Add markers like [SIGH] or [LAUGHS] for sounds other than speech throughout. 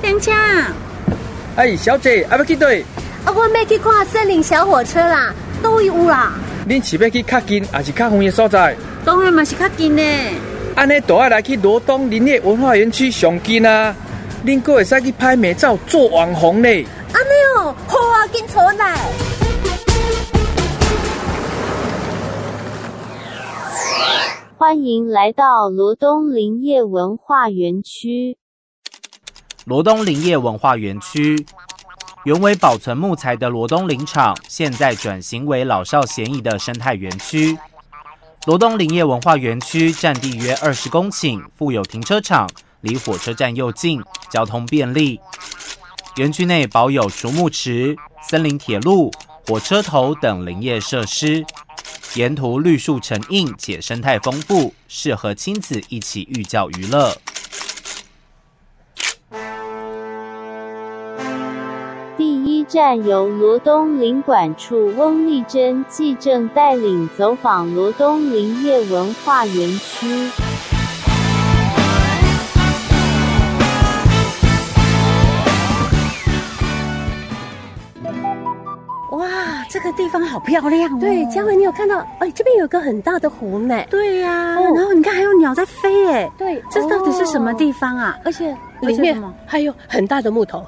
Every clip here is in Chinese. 等车啊？哎，小姐，啊要去对？啊，我要去看森林小火车啦，都位有啦？恁是要去较近还是较远的所在？当然嘛是较近呢。安尼都要来去罗东林业文化园区上近啊！恁哥会使去拍美照做网红呢。安尼哦，好啊，紧出来。欢迎来到罗东林业文化园区。罗东林业文化园区原为保存木材的罗东林场，现在转型为老少咸宜的生态园区。罗东林业文化园区占地约二十公顷，附有停车场，离火车站又近，交通便利。园区内保有竹木池、森林铁路、火车头等林业设施，沿途绿树成荫且生态丰富，适合亲子一起寓教于乐。第一站由罗东林管处翁丽珍记正带领走访罗东林业文化园区。哇，这个地方好漂亮哦！对，嘉伟，你有看到？哎，这边有一个很大的湖呢。对呀、哦啊然后你看还有鸟在飞哎，对哦这到底是什么地方啊？而且而里且什面么嗯哦还有很大的木头。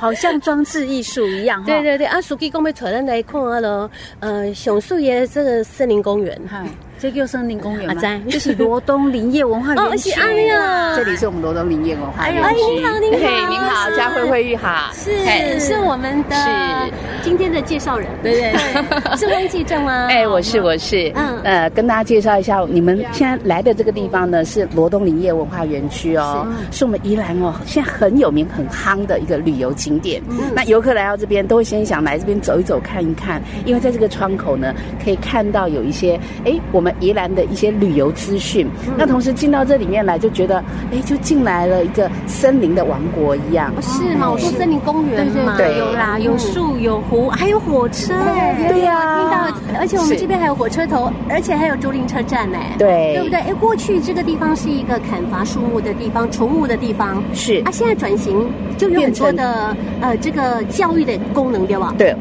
好像装置艺术一样 [LAUGHS] 哈。对对对，啊，暑期公被扯咱来看了咯，呃，熊树爷这个森林公园，嗨，这叫森林公园吗？啊在这是罗东林业文化园区。哦是安尼啊这里是我们罗东林业文化哎园呀区。你好，嗯你 [LAUGHS] 嘿，您好，佳慧，慧玉好，嘿是是我们的是今天的介绍人，对对， [LAUGHS] 是汪记正吗？哎，我是我是，嗯呃，跟大家介绍一下，你们现在来的这个地方呢是罗东林业文化园区哦，是我们宜兰哦现在很有名很夯的一个旅游景点。嗯那游客来到这边都会先想来这边走一走看一看，因为在这个窗口呢可以看到有一些哎我们宜兰的一些旅游资讯。嗯那同时进到这里面来就觉得哎就进来了一个森林的王国一样。哦是吗？我说森林公园嘛，对对对嗯有啦，有树，有湖，还有火车哎，对呀听到了，而且我们是这边还有火车头，而且还有竹林车站呢，对对不对？哎，过去这个地方是一个砍伐树木的地方，除木的地方，是啊，现在转型就有很多的呃这个教育的功能，对吧？对，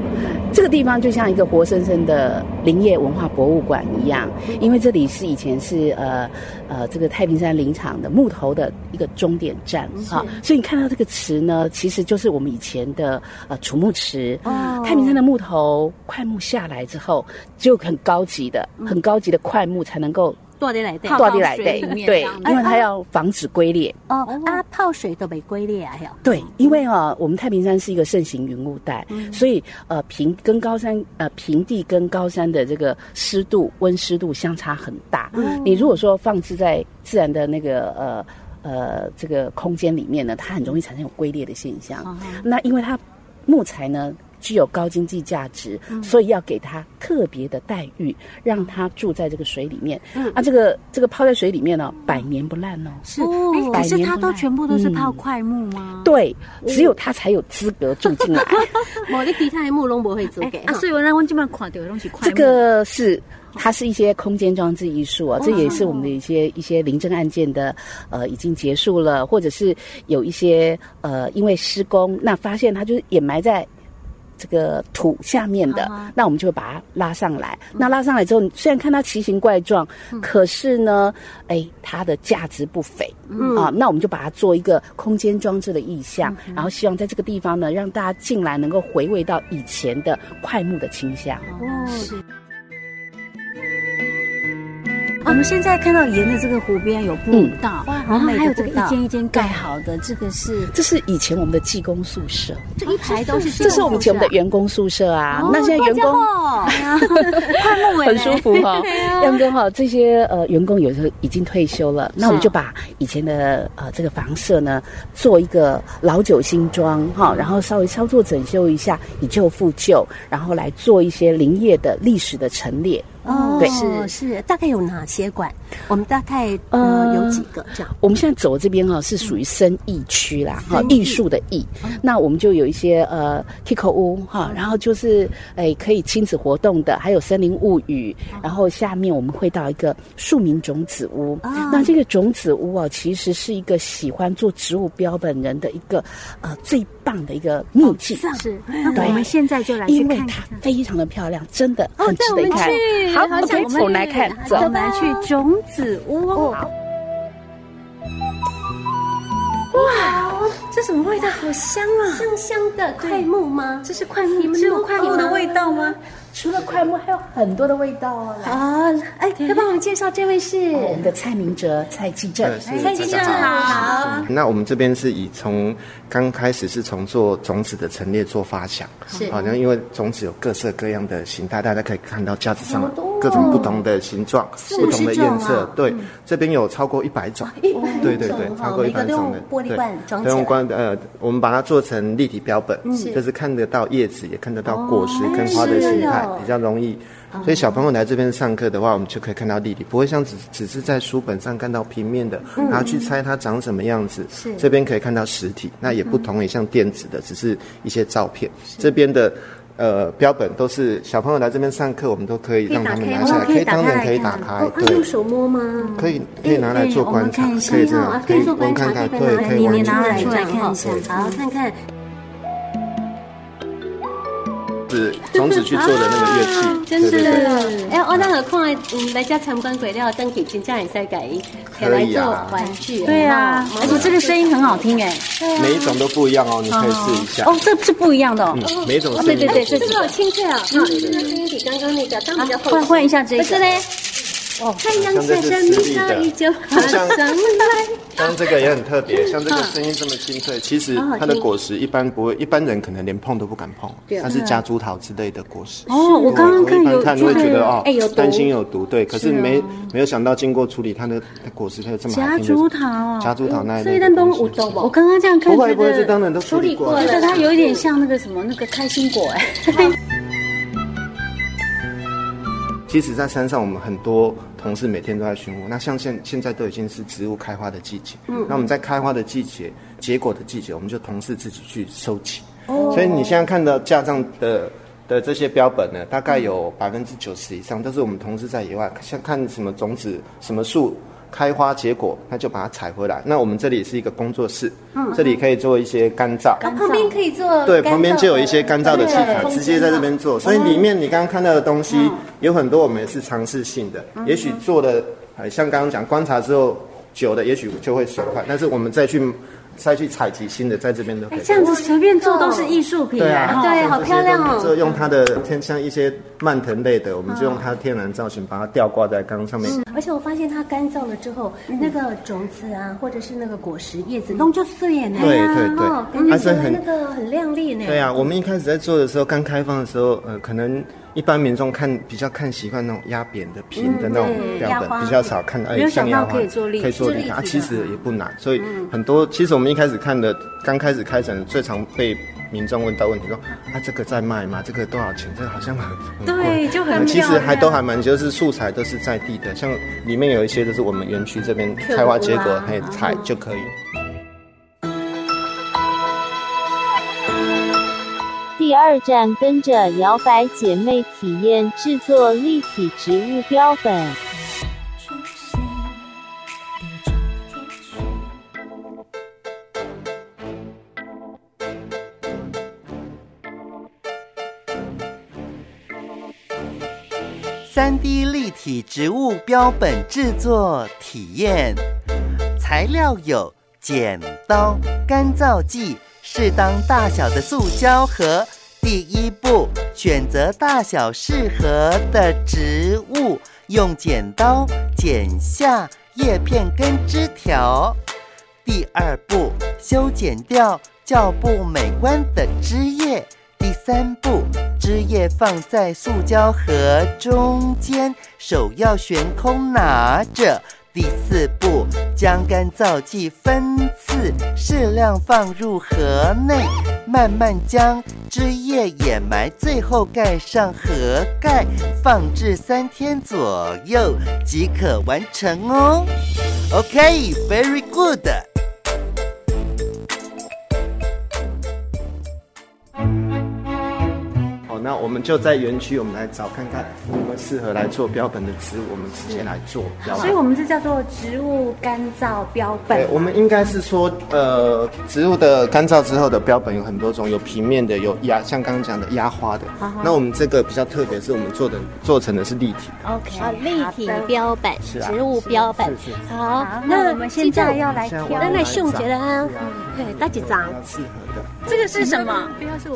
这个地方就像一个活生生的林业文化博物馆一样，因为这里是以前是呃呃这个太平山林场的木头的一个终点站啊，所以你看到这个池呢，其实就是我们以前的呃楚木池。哦太平山的木头块木下来之后，就很高级的、很高级的块木才能够多的来的掉地来对对，因为它哎要防止龟裂。哦啊，泡水都被归类啊，还有对，因为啊、我们太平山是一个盛行云雾带，嗯所以呃平跟高山呃平地跟高山的这个湿度温湿度相差很大。嗯你如果说放置在自然的那个呃呃这个空间里面呢，它很容易产生有龟裂的现象。啊那因为它木材呢。具有高经济价值，嗯所以要给它特别的待遇，让它住在这个水里面。啊，这个这个泡在水里面呢、百年不烂哦。嗯是，哦哎，可百是年它不都烂全部都是泡嗯块木吗？对，只有它才有资格住进来。某的其他的木龙不会租哎给啊，哈所以我让我今晚看到的东西块这木。个是。它是一些空间装置艺术啊，这也是我们的一些一些临政案件的，呃，已经结束了，或者是有一些呃，因为施工，那发现它就是掩埋在这个土下面的，啊那我们就会把它拉上来。那拉上来之后，你虽然看它奇形怪状，嗯可是呢，哎，它的价值不菲。嗯啊，那我们就把它做一个空间装置的意嗯象，然后希望在这个地方呢，让大家进来能够回味到以前的快木的倾向。啊哦是我们现在看到沿着这个湖边有步嗯道，哇然后啊还有这好个美的步道一间一间盖好的，这个是这是以前我们的技工宿舍，这一排都是哦这是我们以前我们的员工宿舍啊。哦那现在员工块木哎 [LAUGHS] [LAUGHS] 很舒服哈、哦，员工哈、这些呃员工有时候已经退休了，那我们就把以前的呃这个房舍呢做一个老酒新装哈、然后稍微稍作整修一下，以旧复旧，然后来做一些林业的历史的陈列。哦对是是，大概有哪些馆？我们大概呃呃有几个这样？我们现在走的这边哈、是属于生意区啦，哈、生意艺术的艺。那我们就有一些呃 Kiko 屋哈、然后就是诶可以亲子活动的，还有森林物语。然后下面我们会到一个庶民种子屋。啊那这个种子屋啊，其实是一个喜欢做植物标本人的一个呃最棒的一个秘境。是，嗯那我们现在就来去因为看它看。非常的漂亮，真的哦很值得一看。带我们去好想 OK，去我们来看，走我。们来去种子屋哦，这什么味道？好香啊！香香的快木吗？这是快木，你们只有都快木的味道吗？除了快木，还有很多的味道哦。来啊，哎，要帮我们介绍这位是哦我们的蔡明哲、蔡继正，哎蔡先生好，那我们这边是以从刚开始是从做种子的陈列做发想，是好像因为种子有各色各样的形态，大家可以看到架子上各种不同的形状、五不同的十种颜色啊。对，这边有超过一百种，一般对对对，超过嗯哦每一百个都种用的玻璃罐对装起都用来。嗯罐呃，我们把它做成立体标本，就是看得到叶子，也看得到果实哦跟花哎的形态，比较容易。所以小朋友来这边上课的话，我们就可以看到立体，不会像只只是在书本上看到平面的，然后去猜它长什么样子。嗯是嗯这边可以看到实体，那也不同于像电子的，只是一些照片。这边的。呃，标本都是小朋友来这边上课，我们都可以让他们拿下来，可以打开当吗然可可以以打打开开哦，，对用，手摸吗？可以可以拿来做对观察嗯我们看一，下可以这哦样，可以做观察看看，可以被对，拿来可以你玩你拿来出来对看看一一下下，好看看。是种子去做的那个乐器，啊真是对对对哎，我那有空来，嗯，来家参观鬼料，登记真正也在改，可以啊来做玩具。嗯对啊，嗯而且这个声音很好听哎，每一种都不一样哦，你可以试一下。哦，这是不一样的哦，嗯，每一种哦声对音对都哎对，不这这一样个好清脆啊，嗯，啊这个声音比刚刚那个当比较厚换实。换一下这个，不是嘞，哦，太阳下山，迷上依旧爬上来。像这个也很特嗯别，像这个声音这么清脆，其实啊它的果实一般不会，一般人可能连碰都不敢碰，它是夹竹桃之类的果实。嗯哦，我刚刚看一般有看会觉得哦哎有，毒哦担心有毒，对，可是没没有想到经过处理，它的它果实才有这么好夹听的竹桃哦夹竹桃那一所以类的咱帮东西有毒我不？刚刚这样看不会不会，觉这当得然都处理过觉得了。它有一点像那个什么那个开心果 [LAUGHS] 哎，其实，在山上我们很多同事每天都在巡逻。那像现现在都已经是植物开花的季节，嗯，那我们在开花的季节、结果的季节，我们就同事自己去收集。哦，所以你现在看到架上的的这些标本呢，大概有百分之九十以上都是我们同事在野外，像看什么种子、什么树。开花结果，那就把它采回来。那我们这里是一个工作室，嗯、这里可以做一些干燥，旁边可以做对，哦干燥旁边就有一些干燥的器材，对直接在这边做。所以里面你刚刚看到的东西嗯有很多，我们也是尝试性的。也许做的，呃，像刚刚讲观察之后久的，也许就会损坏，但是我们再去再去采集新的，在这边都可哎以。这样子随便做都是艺术品对哎啊，哈对，好漂亮就哦。嗯用它的天像一些蔓藤类的，我们就用它天然造型把它吊挂在缸上面。而且我发现它干燥了之后，嗯那个种子啊，或者是那个果实、叶子，弄就碎耶。对对对哦感觉啊起来所以很那个很亮丽呢。对啊，我们一开始在做的时候，刚开放的时候，呃，可能一般民众看比较看习惯那种压扁的平的那种标本，比较少看到。哎没有想像压到花可以做立体嗯可以做立体啊，其实也不难。所以很多，其实我们一开始看的，刚开始开展最常被民众问到问题说，啊，这个在卖吗？这个多少钱？这个好像很很贵。对，就很呃其漂实亮还都还蛮，就是素材都是在地的，像里面有一些都是我们园区这边开花结果，可以采嗯就可以。第二站跟着摇摆姐妹体验制作立体植物标本。三 D 立体植物标本制作体验，材料有剪刀、干燥剂、适当大小的塑胶盒。第一步，选择大小适合的植物，用剪刀剪下叶片跟枝条。第二步，修剪掉较不美观的枝叶。第三步，枝叶放在塑胶盒中间，手要悬空拿着。第四步，将干燥剂分次适量放入盒内，慢慢将枝叶掩埋，最后盖上盒盖，放置三天左右即可完成哦。OK，very、good。好，那我们就在园区，我们来找看看我们适合来做标本的植物，我们直接来做标所以本。我们这叫做植物干燥标对本，。我们应该是说，呃，植物的干燥之后的标本有很多种，有平面的，有压，像刚刚讲的压花的好好。那我们这个比较特别，是我们做的做成的是立体的。 OK，啊，立体标本，是啊植物标哎本是是。好好，那那我们现在要来挑那来秀觉得啊是啊，嘿，那几张？比较适合的。这个是什么？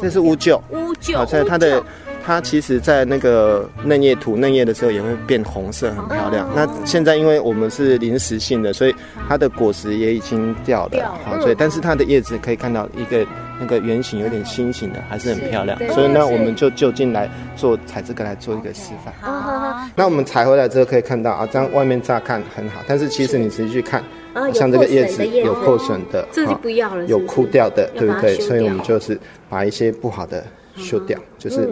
这是乌桕，乌桕好在它乌的桕它其实，在那个嫩叶吐嫩叶的时候也会变红色，很漂哦亮。那现在因为我们是临时性的，所以它的果实也已经掉了，好，所以但是它的叶子可以看到一个那个圆形有点心形的，还是很漂亮对。所以对那是我们就就近来做采这个来做一个示范。好好啊好，那我们采回来之后可以看到啊，这样外面乍看很好，但是其实你仔细去看啊，有像这个叶破损的子叶子有破损的，这就哈 [LAUGHS] 不要了是有不是枯掉的，要对把不它对？修所以我掉们就是把一些不好的修掉，嗯就是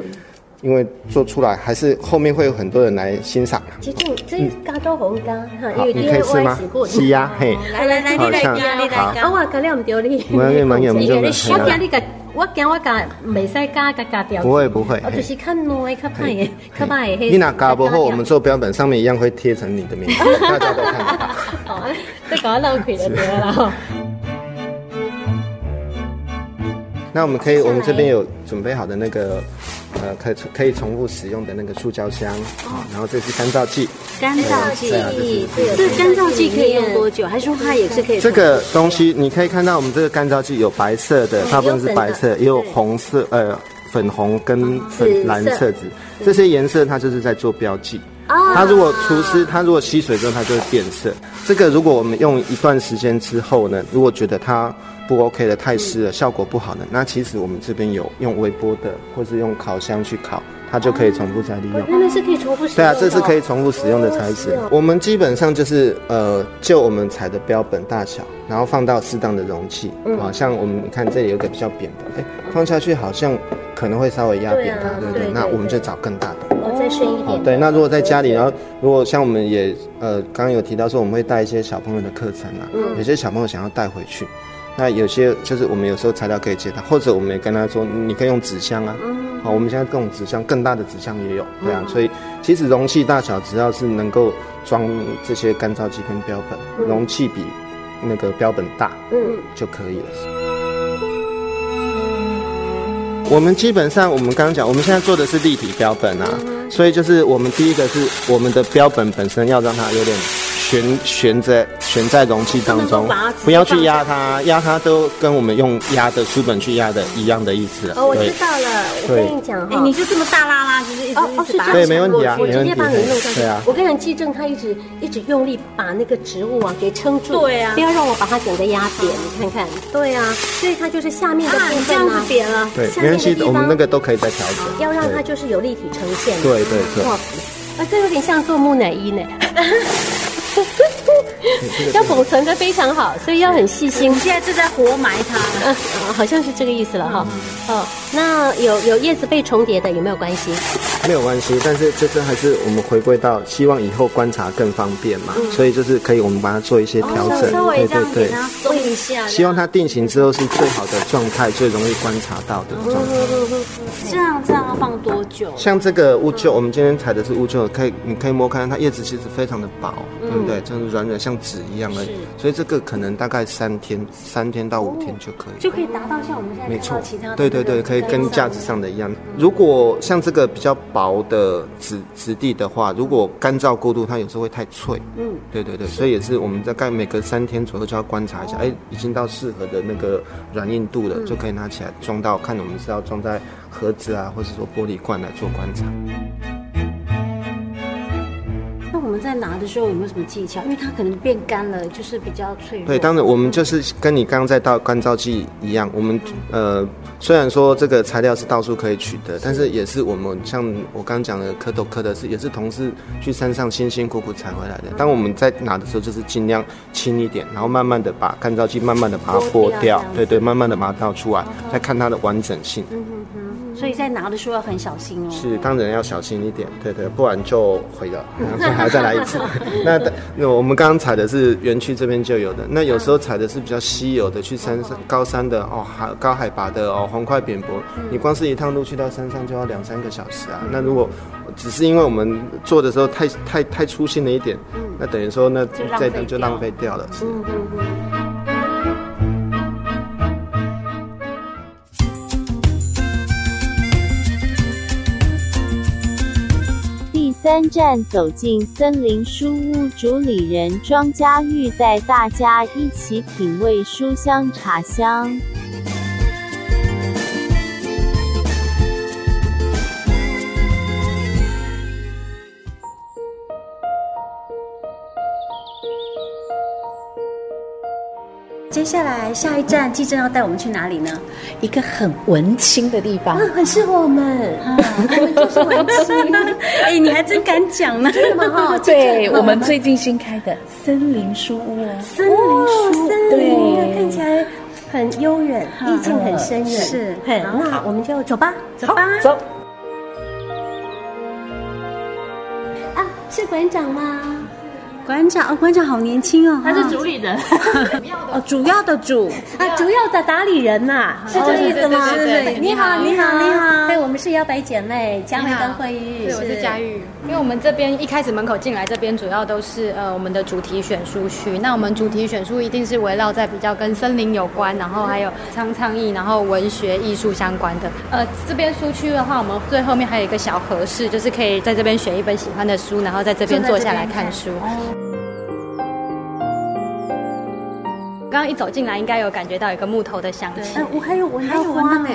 因为做出来还是后面会有很多人来欣赏。啊其实这加多红干哈，好，因为你可以试吗 DIY 过？是 [LAUGHS] 呀，嘿，来来来，好你来像加，你来好加。啊，我加了唔 [LAUGHS] 对你。我们那边有没有你这个我惊你个，我惊我个未使加个加掉。不会不会我就是看耐较歹的， [LAUGHS] 较歹的。你哪嘎不后，我们做标本上面一样会贴成你的名字，大家都看得 [LAUGHS] [LAUGHS] 到。哦，这搞浪费了对啦。吼那我们可以，我们这边有准备好的那个，呃，可以可以重复使用的那个塑胶箱，哦好，然后这是干燥剂，干燥剂，对啊，这是这干燥剂可以用多久？还是说它也是可以？这个东西，你可以看到我们这个干燥剂有白色的，大部分是白色，也有红色，呃，粉红跟粉蓝色紫，这些颜色它就是在做标记。哦它如果除湿，它如果吸水之后，它就会变色。这个如果我们用一段时间之后呢，如果觉得它不 OK 的太湿了，效果不好的，那其实我们这边有用微波的，或是用烤箱去烤，它就可以重复再利用。那那是可以重复使对用啊的，哦。这是可以重复使用的材质。我们基本上就是呃，就我们采的标本大小，然后放到适当的容器。嗯好、像我们看这里有个比较扁的，哎，放下去好像可能会稍微压扁它，对啊对不对对？对那对我们就找更大的。哦，再深一哦点。，对，那如果在家里，然后如果像我们也呃，刚刚有提到说我们会带一些小朋友的课程啊，嗯有些小朋友想要带回去，那有些就是我们有时候材料可以借他，或者我们也跟他说，你可以用纸箱啊，好，我们现在这种纸箱更大的纸箱也有，对啊，所以其实容器大小只要是能够装这些干燥剂跟标本，容器比那个标本大，嗯，就可以了。我们基本上，我们刚刚讲，我们现在做的是立体标本啊，所以就是我们第一个是我们的标本本身要让它有点悬悬着悬在容器当中，不要去压它，压它都跟我们用压的书本去压的一样的意思了。哦，我对知道了。我跟你讲哎，哈你。就这么大拉拉，就是一直哦哦，一直是这样把它子，对没问题啊我没直问接题把你弄上去。对啊我跟你讲，季正他一直一直用力把那个植物啊给撑住，对啊，不要让我把它整个压扁，你看看，对啊，所以它就是下面的部你这分样子啊，扁了。对，下没面的关系，地我们方那个都可以再调整。要让它对就是有立体呈现。对对对哇，啊，这有点像做木乃伊呢。要保存的非常好，所以要很细心你。现在是在活埋它，嗯嗯，好像是这个意思了哈。哦，那有有叶子被重叠的有没有关系？没有关系，但是就是还是我们回归到希望以后观察更方便嘛，嗯所以就是可以我们把它做一些调整，哦稍微对这样对给对。它松一下。希望它定型之后是最好的状态，最容易观察到的状哦态。这样这样要放多久？像这个乌桕，我们今天采的是乌桕，可以你可以摸看它叶子其实非常的薄，对不对？就是软软像纸一样而已。所以这个可能大概三天，三天到五天就可以。就可以达到像我们现在没看错到其他的，对对对，可以跟架子上的一样。如果像这个比较薄的质质地的话，如果干燥过度，它有时候会太脆。嗯，对对对，所以也是我们大概每隔三天左右就要观察一下，哎、已经到适合的那个软硬度了，就可以拿起来装到看我们是要装在盒子啊，或是说玻璃罐来做观察。那我们在拿的时候有没有什么技巧？因为它可能变干了，就是比较脆弱。对，当然我们就是跟你刚刚在倒干燥剂一样，我们呃虽然说这个材料是到处可以取得，但是也是我们像我刚刚讲的蝌蚪科的是也是同事去山上辛辛苦苦采回来的。当我们在拿的时候，就是尽量轻一点，然后慢慢的把干燥剂慢慢的把它剥掉这剥掉样，嗯对对，慢慢的把它倒出来，再看它的完整性。所以在拿的时候要很小心哦。是，当然要小心一点，对对，不然就毁 [LAUGHS] 了，还要再来一 [LAUGHS] 次。那那我们刚刚采的是园区这边就有的，那有时候采的是比较稀有的，去山上高山的哦，海高海拔的哦，红块扁柏，你光是一趟路去到山上就要两三个小时啊。那如果只是因为我们做的时候太太太粗心了一点，那等于说那这段嗯就浪费掉了。是嗯嗯嗯。第三站走进森林书屋，主理人庄家玉带大家一起品味书香茶香。接下来下一站，季正要带我们去哪里呢？一个很文青的地方啊，很适合我们，啊、就是文 [LAUGHS] 青。哎，你还真敢讲呢，真的吗？哈，对我们最近新开的森林书屋啊，森林书，森林对，看起来很悠远，意境很深远。是，嘿，那我们就走吧，走吧，走。啊，是馆长吗？馆长，哦，馆长好年轻哦，他是主理人， [LAUGHS] 哦，主要的主啊，主要的打理人呐，哦是这个意思吗？你好，你好，你好，对，我们是摇摆姐妹，佳慧跟慧玉，对，我是佳玉。因为我们这边一开始门口进来，这边主要都是呃我们的主题选书区。那我们主题选书一定是围绕在比较跟森林有关，然后还有苍苍艺，然后文学艺术相关的。呃，这边书区的话，我们最后面还有一个小合适，就是可以在这边选一本喜欢的书，然后在这边坐下来看书。刚刚一走进来，应该有感觉到一个木头的香气。嗯哎，我还有闻到花呢，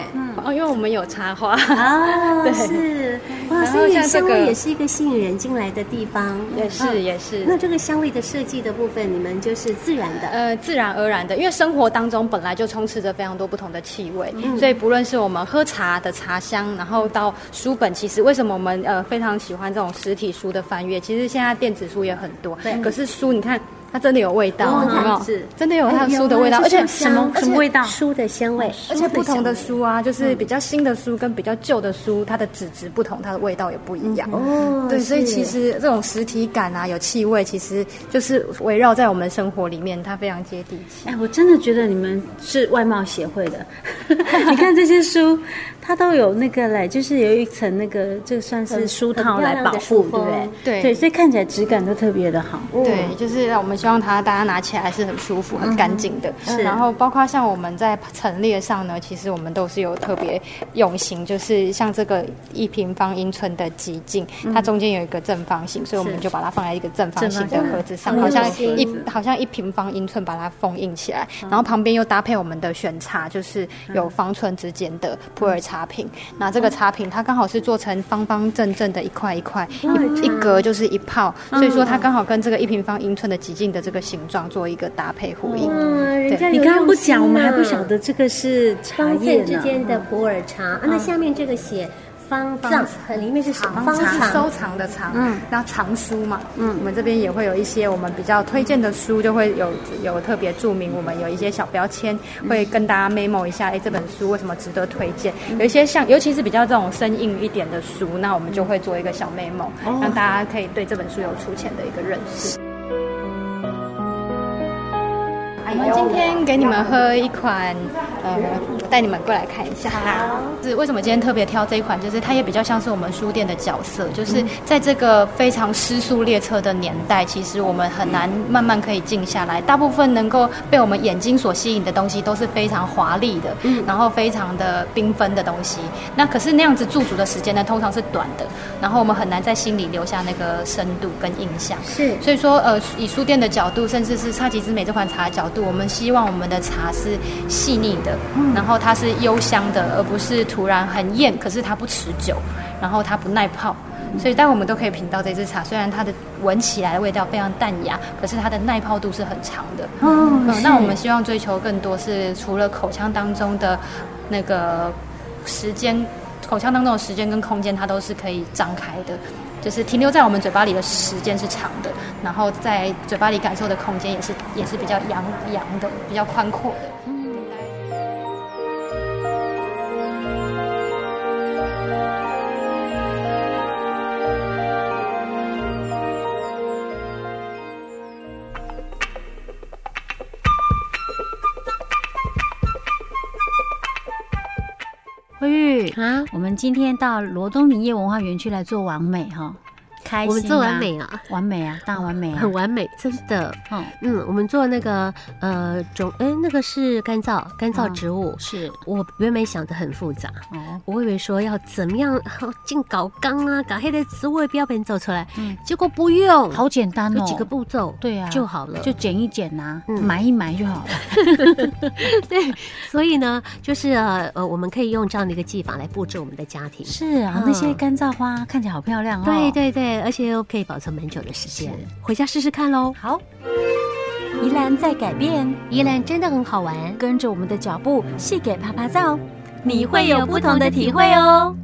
哦，因为我们有插花啊，对，是哇，所以香味也是一个吸引人进来的地方， [LAUGHS] 嗯也是也是。那这个香味的设计的部分，你们就是自然的， [LAUGHS] 呃，自然而然的，因为生活当中本来就充斥着非常多不同的气味，所以不论是我们喝茶的茶香，然后到书本，其实为什么我们呃非常喜欢这种实体书的翻阅？其实现在电子书也很多，可是书你看。它真的有味道，有没有？真的哦哎有哎啊它书的味道，而且什么什么味道？书的香味，哦而且不同的书啊，就是比较新的书跟比较旧的书，它的纸质不同，它的味道也不一样。哦，对，所以其实这种实体感啊，有气味，其实就是围绕在我们的生活里面，它非常接地气。哎，我真的觉得你们是外贸协会的， [LAUGHS] 你看这些书，它都有那个嘞，就是有一层那个，这算是书套来保护，对不对？对对，所以看起来质感都特别的好。哦对，就是我们希望它大家拿起来是很舒服、很干净的。然后包括像我们在陈列上呢，其实我们都是有特别用心，就是像这个一平方英寸的极径，它中间有一个正方形，所以我们就把它放在一个嗯正方形嗯的盒子上，好像一好像一平方英寸把它封印起来。然后旁边又搭配我们的选茶，就是有方寸之间的普洱茶品。那这个茶品它刚好是做成方方正正的一块一块，一一格就是一泡，所以说它刚好跟这个一平方英寸的极径的这个形状做一个搭配呼应。人家你刚刚不讲，我们还不晓得这个是茶方叶正呢。之间的普洱茶啊，嗯那下面这个写方藏，里面是什么？方藏藏收藏的藏，嗯，然后藏书嘛，嗯，我们这边也会有一些我们比较推荐的书，就会有有特别注明，我们有一些小标签，会跟大家 memo 一下，哎，这本书为什么值得推荐？有一些像，尤其是比较这种生硬一点的书，那我们就会做一个小 memo，让大家可以对这本书有粗浅的一个认识。我们今天给你们喝一款，呃，带你们过来看一下。是为什么今天特别挑这一款？就是它也比较像是我们书店的角色，就是在这个非常失速列车的年代，其实我们很难慢慢可以静下来。大部分能够被我们眼睛所吸引的东西都是非常华丽的，然后非常的缤纷的东西。那可是那样子驻足的时间呢，通常是短的，然后我们很难在心里留下那个深度跟印象。是所以说，呃，以书店的角度，甚至是差吉之美这款茶的角度，我们希望我们的茶是细腻的，然后它是幽香的，而不是突然很艳，可是它不持久，然后它不耐泡。所以，待会我们都可以品到这支茶，虽然它的闻起来的味道非常淡雅，可是它的耐泡度是很长的。哦、那我们希望追求更多是除了口腔当中的那个时间，口腔当中的时间跟空间，它都是可以张开的。就是停留在我们嘴巴里的时间是长的，然后在嘴巴里感受的空间也是也是比较洋洋的，比较宽阔的。慧玉啊，我们今天到罗东林业文化园区来做完美哈、开心、啊，我们做完美啊，完美啊，大完美啊，哦很完美，真的。嗯嗯，我们做那个呃种，哎、那个是干燥干嗯燥植物。是我原本想的很复杂，哦，我以为说要怎么样好进搞缸啊，搞黑的植物的标本走出来，嗯结果不用，好简单哦，有几个步骤，对啊，就好了就剪一剪呐、嗯埋一埋就好了。对，所以呢，就是呃呃，我们可以用这样的一个技法来布置我们的家庭。是啊，嗯那些干燥花看起来好漂亮哦。对对对，而且又可以保存蛮久的时间，回家试试看喽。好，宜兰在改变，宜兰真的很好玩，跟着我们的脚步，细给啪啪照，你会有不同的体会哦。